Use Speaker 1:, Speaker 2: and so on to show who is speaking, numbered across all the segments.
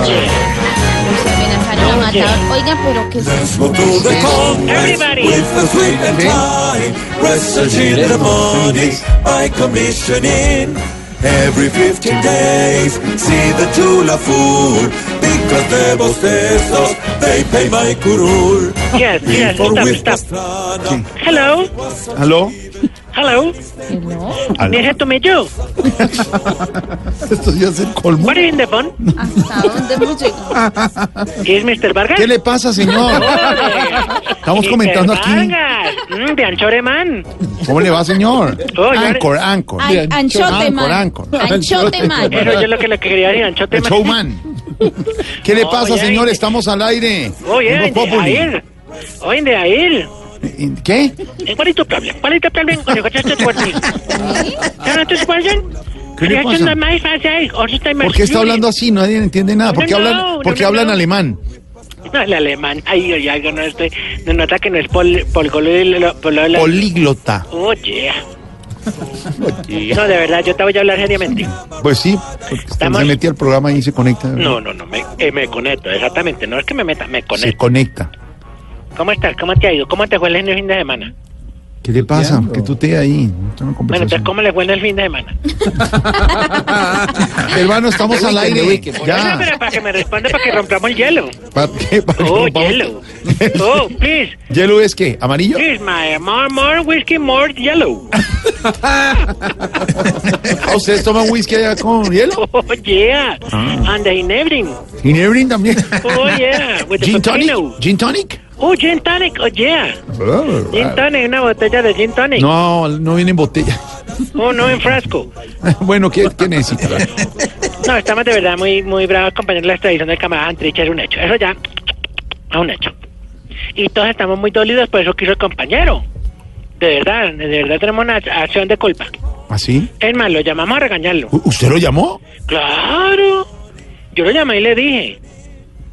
Speaker 1: Usted viene en Pañuelo
Speaker 2: Oye.
Speaker 1: Matador. Oiga, pero ¿qué es esto?
Speaker 3: Go to the congress
Speaker 2: Everybody.
Speaker 3: with the sweep and tie. Rest the gin in the morning by commissioning. Every 15 days, see the Chula food. Because de bostezos, they pay my curul.
Speaker 2: Yes, yes,
Speaker 3: Before
Speaker 2: stop,
Speaker 3: with
Speaker 2: stop.
Speaker 3: pastrana.
Speaker 2: Hello,
Speaker 4: ¿Aló?
Speaker 2: hello.
Speaker 1: No.
Speaker 2: Deja to meet you.
Speaker 4: Esto ya es el colmo.
Speaker 2: What are you in the phone?
Speaker 1: ¿Hasta dónde hemos llegado?
Speaker 2: Is Mr. Vargas?
Speaker 4: ¿Qué le pasa, señor? Estamos
Speaker 2: Mr.
Speaker 4: comentando aquí.
Speaker 2: Vargas, mm, de Anchoreman.
Speaker 4: ¿Cómo le va, señor?
Speaker 2: Oh, yo-
Speaker 4: Anchor, Anchor.
Speaker 1: Ay, Anchote
Speaker 4: Anchor,
Speaker 1: man.
Speaker 4: Anchor.
Speaker 1: Anchote man.
Speaker 2: Eso yo lo que le quería decir,
Speaker 4: El
Speaker 2: Anchoreman.
Speaker 4: showman. ¿Qué le
Speaker 2: Oh,
Speaker 4: pasa,
Speaker 2: yeah,
Speaker 4: señor?
Speaker 2: yeah.
Speaker 4: Estamos al aire.
Speaker 2: Oye,
Speaker 4: Voz Populi.
Speaker 2: Oh, Ail. Oye, de Ail. Eh,
Speaker 4: ¿Qué?
Speaker 2: ¿Cuál es tu problema? ¿Cuál es tu problema? ¿Cuál es tu problema? ¿Cuál es tu problema?
Speaker 4: ¿Qué le pasa? ¿Por qué está hablando así? Nadie entiende nada. ¿Por
Speaker 2: No,
Speaker 4: qué
Speaker 2: no,
Speaker 4: hablan,
Speaker 2: no,
Speaker 4: por qué
Speaker 2: no,
Speaker 4: hablan
Speaker 2: no.
Speaker 4: alemán?
Speaker 2: No, el alemán. Ay, ay, ay, no estoy. No nota que no es pol, pol, pol, pol-
Speaker 4: Políglota.
Speaker 2: Oh, yeah. No, de verdad, yo te voy a hablar seriamente.
Speaker 4: Pues sí, porque
Speaker 2: Estamos-
Speaker 4: se mete al programa y se conecta.
Speaker 2: No, no, no, me, eh, me conecto, exactamente. No es que me meta, me
Speaker 4: Se
Speaker 2: conecto.
Speaker 4: conecta.
Speaker 2: ¿Cómo estás? ¿Cómo te ha ido? ¿Cómo te fue el fin de semana?
Speaker 4: Pues ¿Qué le pasa? Que tú te ahí. Una
Speaker 2: Bueno, entonces,
Speaker 4: conversación.
Speaker 2: ¿cómo le fue en el fin de semana?
Speaker 4: Hermano, estamos al aire.
Speaker 2: No,
Speaker 4: Ya. Pues
Speaker 2: pero para que me responda, para que rompamos el hielo.
Speaker 4: ¿Para qué? ¿Para qué
Speaker 2: Oh,
Speaker 4: nos vamos?
Speaker 2: hielo. Oh, please.
Speaker 4: ¿Hielo es qué? ¿Amarillo?
Speaker 2: Please, my more, more whiskey, more yellow.
Speaker 4: Ah, ¿Ustedes toman whisky allá con hielo?
Speaker 2: Oh, yeah.
Speaker 4: Ah.
Speaker 2: And the inebrin.
Speaker 4: ¿Ginebrin también?
Speaker 2: Oh, yeah. With the
Speaker 4: ¿Gin
Speaker 2: pepino.
Speaker 4: tonic? ¿Gin tonic?
Speaker 2: Oh, gin tonic. Oh, yeah.
Speaker 4: Oh,
Speaker 2: Gin tonic, una botella de gin tonic.
Speaker 4: No, no viene en botella.
Speaker 2: Oh, no, en frasco.
Speaker 4: Bueno, ¿qué, qué necesita?
Speaker 2: No, estamos de verdad muy, muy bravos acompañando la extradición del camarada Antrich, es un hecho. Eso ya es un hecho. Y todos estamos muy dolidos por eso que hizo el compañero. De verdad, de verdad tenemos una acción de culpa.
Speaker 4: ¿Así?
Speaker 2: Es más, lo llamamos a regañarlo.
Speaker 4: ¿Ah, ¿Usted lo llamó?
Speaker 2: Claro. Yo lo llamé y le dije.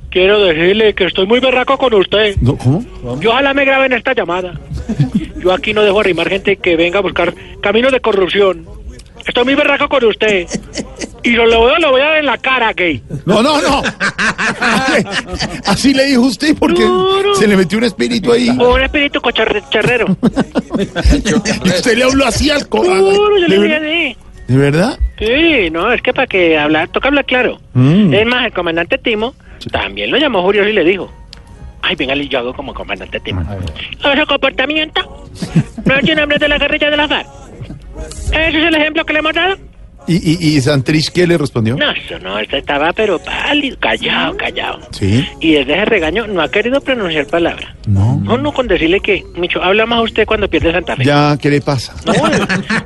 Speaker 2: Quiero decirle que estoy muy berraco con usted.
Speaker 4: No, ¿Cómo?
Speaker 2: Yo ojalá me graben esta llamada. Yo aquí no dejo arrimar gente que venga a buscar caminos de corrupción. Estoy muy berraco con usted. Y lo, lo veo, lo voy a dar en la cara, gay.
Speaker 4: No, no, no. Así le dijo usted porque
Speaker 2: Claro.
Speaker 4: se le metió un espíritu ahí.
Speaker 2: O un espíritu cocharrero.
Speaker 4: Y usted le habló así al co-
Speaker 2: Claro, yo
Speaker 4: ¿De
Speaker 2: le dije
Speaker 4: ver-
Speaker 2: así.
Speaker 4: ¿De verdad?
Speaker 2: Sí, no, es que para que hablar, toca hablar claro.
Speaker 4: Mm.
Speaker 2: Es más, el comandante Timo también lo llamó Julio y le dijo. Ay, venga, yo hago como comandante Timo. Ese comportamiento no es un hombre de la guerrilla de la FARC. ¿Ese es el ejemplo que le hemos dado?
Speaker 4: ¿Y, y, y Santrich qué le respondió?
Speaker 2: No, eso no, este estaba pero pálido, callado, callado.
Speaker 4: Sí.
Speaker 2: Y desde ese regaño no ha querido pronunciar palabra.
Speaker 4: No.
Speaker 2: No, no, con decirle que, Micho, habla más usted cuando pierde Santa Fe.
Speaker 4: Ya, ¿qué le pasa?
Speaker 2: No,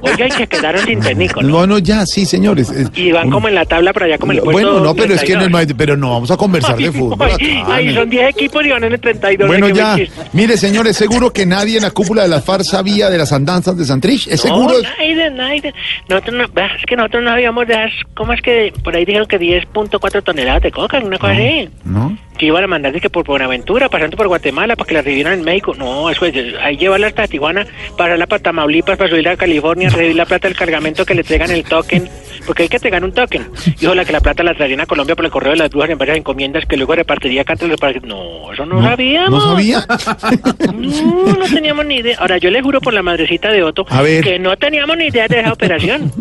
Speaker 2: oiga, y se quedaron sin técnico, ¿no?
Speaker 4: Bueno, ya, sí, señores. es-
Speaker 2: Y van como en la tabla para allá, como en el puesto
Speaker 4: Bueno, no, pero es que no,
Speaker 2: 32.
Speaker 4: es- pero no vamos a conversar de fútbol.
Speaker 2: Ay,
Speaker 4: acá,
Speaker 2: ay,
Speaker 4: ¿no?
Speaker 2: son 10 equipos y van en el 32.
Speaker 4: Bueno,
Speaker 2: ¿de qué
Speaker 4: ya.
Speaker 2: me chiste?
Speaker 4: Mire, señores, seguro que nadie en la cúpula de la FARC sabía de las andanzas de Santrich. Es seguro.
Speaker 2: No, nadie, nadie. Nosotros no- bah, es que nosotros no habíamos de esas- ¿Cómo es que por ahí dijeron que 10.4 toneladas de coca, una
Speaker 4: Ah.
Speaker 2: cosa así?
Speaker 4: ¿No?
Speaker 2: Que iban a mandar que por Buenaventura, pasando por Guatemala, para que la recibieran en México. No, eso es, ahí llevarla hasta Tijuana, pasarla para Tamaulipas, para subirla a California, recibir la plata del cargamento que le traigan el token, porque hay que entregar un token. Y ojalá que la plata la traerían a Colombia por el correo de las brujas en varias encomiendas que luego repartiría acá entre los parques. No, eso no, sabíamos.
Speaker 4: ¿No sabía?
Speaker 2: No, no teníamos ni idea. Ahora, yo le juro por la madrecita de Otto
Speaker 4: A ver.
Speaker 2: que no teníamos ni idea de esa operación.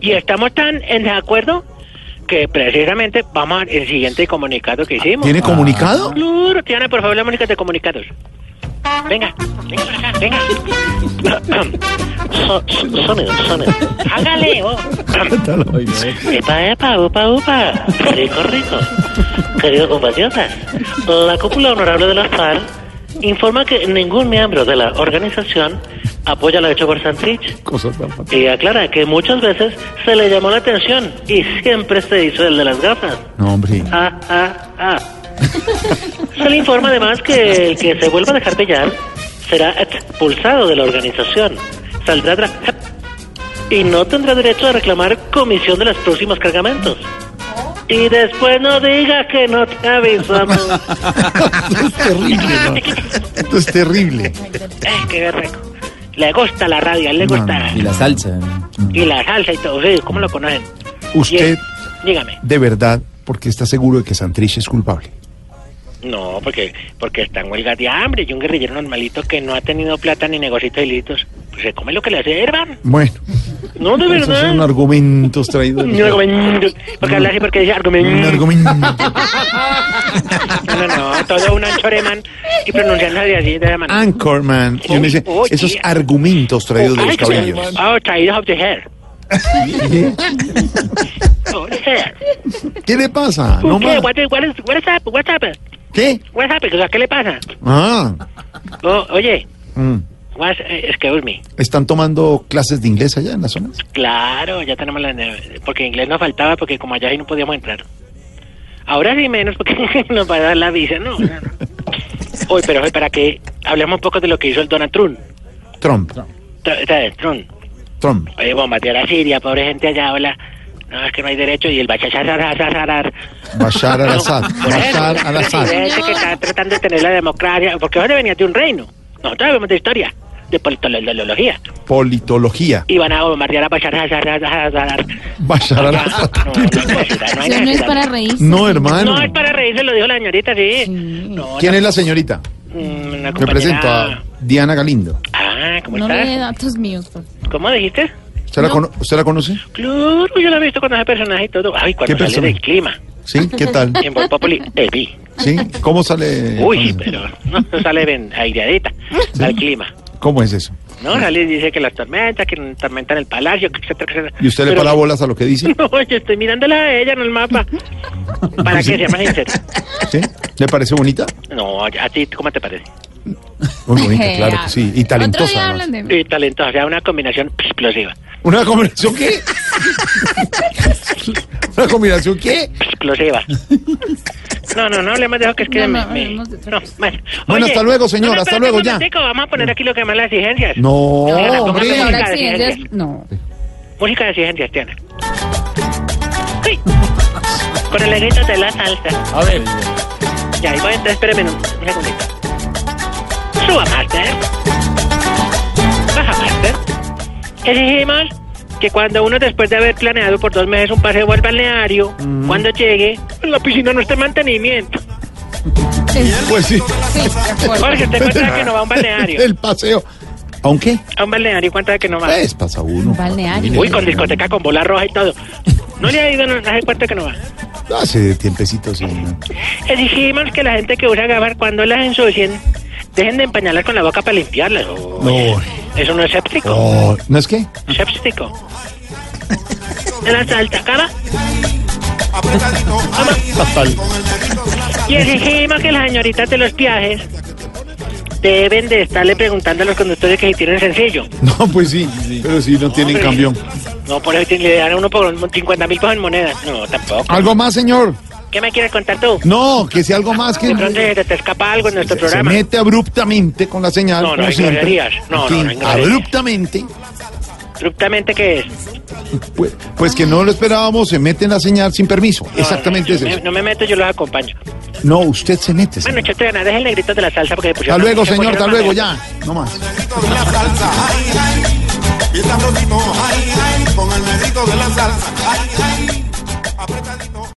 Speaker 2: Y estamos tan en desacuerdo que precisamente vamos al siguiente comunicado que hicimos.
Speaker 4: ¿Tiene comunicado?
Speaker 2: Claro, Tiana, por favor, la Mónica de comunicados. Venga, venga para acá, venga. So- so- Sonido, sonido. Hágale, oh. Epa, epa, upa, upa. Rico, rico. Queridos compatriotas, la cúpula honorable de la FARC informa que ningún miembro de la organización apoya lo hecho por Santrich y aclara que muchas veces se le llamó la atención y siempre se hizo el de las gafas.
Speaker 4: No, hombre.
Speaker 2: Ah, ah, ah. Se le informa además que el que se vuelva a dejar pillar será expulsado de la organización. Saldrá tra- y no tendrá derecho a reclamar comisión de los próximos cargamentos. Y después no diga que no te avisamos. Ah.
Speaker 4: Esto es terrible, ¿no? Esto es terrible.
Speaker 2: Eh, qué rico. Le gusta la radio, le
Speaker 4: No,
Speaker 2: gusta.
Speaker 4: no,
Speaker 5: Y la salsa.
Speaker 2: Y la salsa y todo. Sí, ¿Cómo lo conocen?
Speaker 4: Usted,
Speaker 2: Dígame.
Speaker 4: de verdad, porque está seguro de que Santrich es culpable.
Speaker 2: No, porque, porque está en huelga de hambre y un guerrillero normalito que no ha tenido plata ni negocios ilícitos, pues se come lo que le sirvan.
Speaker 4: Bueno,
Speaker 2: No, de
Speaker 4: esos
Speaker 2: verdad.
Speaker 4: son argumentos traídos.
Speaker 2: Un argumento. Porque habla así porque dice
Speaker 4: Un
Speaker 2: argumento.
Speaker 4: argumento.
Speaker 2: No, no, no, todo un anchoreman y pronunciándose así de la manera.
Speaker 4: Anchorman. Y uno dice,
Speaker 2: Oh, oh,
Speaker 4: esos
Speaker 2: yeah.
Speaker 4: argumentos traídos de los cabellos.
Speaker 2: Oh, tied of the hair.
Speaker 4: ¿Qué?
Speaker 2: Oh, the hair.
Speaker 4: ¿Qué le pasa? No
Speaker 2: Okay,
Speaker 4: más.
Speaker 2: what, is- what is, what is up? What's up?
Speaker 4: ¿Qué?
Speaker 2: What's up? O sea, ¿Qué le pasa?
Speaker 4: Ah,
Speaker 2: Oh, oye,
Speaker 4: mm.
Speaker 2: what's, eh, excuse me.
Speaker 4: ¿están tomando clases de inglés allá en las zonas?
Speaker 2: Claro, ya tenemos la... Porque inglés no faltaba, porque como allá sí no podíamos entrar. Ahora sí menos, porque nos va a dar la visa, ¿no? no, no. Oye, pero oye, para que hablemos un poco de lo que hizo el Donald Trump.
Speaker 4: Trump.
Speaker 2: Tr- tra- Trump.
Speaker 4: Trump.
Speaker 2: Oye, bombardear a Siria, pobre gente allá, hola. No, es que no hay derecho, y el bachachararar...
Speaker 4: Bashar al-Assad. Bashar al-Assad.
Speaker 2: presidente que está tratando de tener la democracia, porque ahora venía de un reino. Nosotros sabemos de historia, de politología.
Speaker 4: Politología.
Speaker 2: Y van a bombardear a Bashar al-Assad.
Speaker 4: Bashar al-Assad.
Speaker 2: No, no hay necesidad, no
Speaker 1: Eso no
Speaker 2: hay
Speaker 1: es
Speaker 2: necesidad.
Speaker 1: para reírse.
Speaker 4: Ah, No, hermano.
Speaker 2: No, es para reírse, lo dijo la señorita, sí. No,
Speaker 4: ¿Quién es la señorita?
Speaker 2: mm, una
Speaker 4: Me
Speaker 2: compañera-
Speaker 4: presento a Diana Galindo.
Speaker 2: Ah, ¿cómo
Speaker 1: No le dé
Speaker 2: estás?
Speaker 1: datos míos. pues. por favor.
Speaker 2: ¿Cómo dijiste?
Speaker 4: ¿Usted, la, cono- usted la conoce?
Speaker 2: Claro, yo la he visto con ese personaje y todo. Ay, cuando
Speaker 4: ¿Qué
Speaker 2: sale
Speaker 4: personaje?
Speaker 2: del clima.
Speaker 4: ¿Sí? ¿Qué tal?
Speaker 2: En Voz Populi, te vi.
Speaker 4: ¿Sí? ¿Cómo sale?
Speaker 2: Uy, pero no sale bien aireadita al clima.
Speaker 4: ¿Cómo es eso?
Speaker 2: No, sale y dice que las tormentas, que tormentan el palacio, que etcétera, etcétera.
Speaker 4: ¿Y usted le
Speaker 2: Pero-
Speaker 4: para bolas a lo que dice?
Speaker 2: No, yo estoy mirándola a ella en el mapa. Para que sea más sincero.
Speaker 4: ¿Sí? ¿Le parece bonita?
Speaker 2: No, a ti, ¿cómo te parece?
Speaker 4: Muy bonita, claro que sí. Y
Speaker 1: Otro día
Speaker 4: talentosa.
Speaker 1: hablan
Speaker 4: además.
Speaker 1: de mí.
Speaker 2: Y talentosa, o sea, una combinación explosiva.
Speaker 4: ¿Una combinación qué? ¿Una combinación qué?
Speaker 2: explosiva. No, no, no hablemos de eso, que es que
Speaker 1: No, no,
Speaker 2: me- me-
Speaker 1: hablemos de otra
Speaker 2: no,
Speaker 1: cosa.
Speaker 2: bueno.
Speaker 4: Bueno, hasta luego, señor, hasta
Speaker 2: espérate
Speaker 4: luego,
Speaker 2: un
Speaker 4: ya.
Speaker 2: momentico, Vamos a poner aquí lo que llaman las exigencias.
Speaker 4: No,
Speaker 2: Diana, ¿cómo
Speaker 4: hombre.
Speaker 2: te
Speaker 1: Ahora
Speaker 2: Claro,
Speaker 1: sí,
Speaker 2: sí,
Speaker 1: ellas-
Speaker 2: sí.
Speaker 1: No.
Speaker 2: Música de exigencias, Tiana. Sí. Con el grito de la salsa.
Speaker 5: A ver,
Speaker 2: Ya, ahí voy, entonces espérame un, un segundito. Suba, Master. Baja, Master. Exigimos que cuando uno después de haber planeado por dos meses un paseo al balneario, cuando llegue, la piscina no esté en mantenimiento.
Speaker 4: Pues sí.
Speaker 1: Sí, de acuerdo.
Speaker 2: Jorge, ¿te cuenta que no va a un balneario?
Speaker 4: El paseo. ¿A un qué?
Speaker 2: A un balneario, ¿cuántas que no va?
Speaker 4: Pues pasa uno.
Speaker 1: Balneario.
Speaker 2: Uy, con discoteca, con bola roja y todo. No le ha ido, no, hace cuenta que no va.
Speaker 4: Hace tiempecito, sí. ¿no?
Speaker 2: Exigimos que la gente que usa gafas cuando las ensucien, dejen de empañarlas con la boca para limpiarlas.
Speaker 4: No.
Speaker 2: Eso no es séptico.
Speaker 4: Oh, ¿No es qué?
Speaker 2: Séptico. En la salta, cama. Y exigimos que las señoritas de los viajes deben de estarle preguntando a los conductores que si tienen sencillo.
Speaker 4: No, pues sí. Pero sí, no tienen
Speaker 2: Hombre.
Speaker 4: cambión.
Speaker 2: No, por eso le dan a uno por 50 mil pesos en monedas. No, tampoco.
Speaker 4: ¿Algo más, señor?
Speaker 2: ¿Qué me quieres contar tú?
Speaker 4: No, que sea algo más que...
Speaker 2: De pronto se te escapa algo en nuestro
Speaker 4: Se- Se
Speaker 2: programa.
Speaker 4: mete abruptamente con la señal.
Speaker 2: No, no,
Speaker 4: como
Speaker 2: hay
Speaker 4: siempre.
Speaker 2: groserías. No,
Speaker 4: En
Speaker 2: no,
Speaker 4: fin,
Speaker 2: no hay groserías.
Speaker 4: abruptamente.
Speaker 2: Abruptamente, ¿qué es?
Speaker 4: Pues, pues que no lo esperábamos, se mete en la señal sin permiso. Exactamente
Speaker 2: no,
Speaker 4: es
Speaker 2: no,
Speaker 4: eso.
Speaker 2: No me meto, yo los acompaño.
Speaker 4: No, usted se mete.
Speaker 2: Bueno,
Speaker 4: señor.
Speaker 2: Chote, ganar, dejen el grito de la salsa porque me
Speaker 4: Hasta
Speaker 2: pusieron...
Speaker 4: luego,
Speaker 2: me
Speaker 4: señor, hasta
Speaker 2: pusieron
Speaker 4: luego,
Speaker 2: mal.
Speaker 4: ya. No más.
Speaker 6: de la salsa, ay, ay, y sabrosito, ay, ay, con el negrito de la salsa, ay, ay.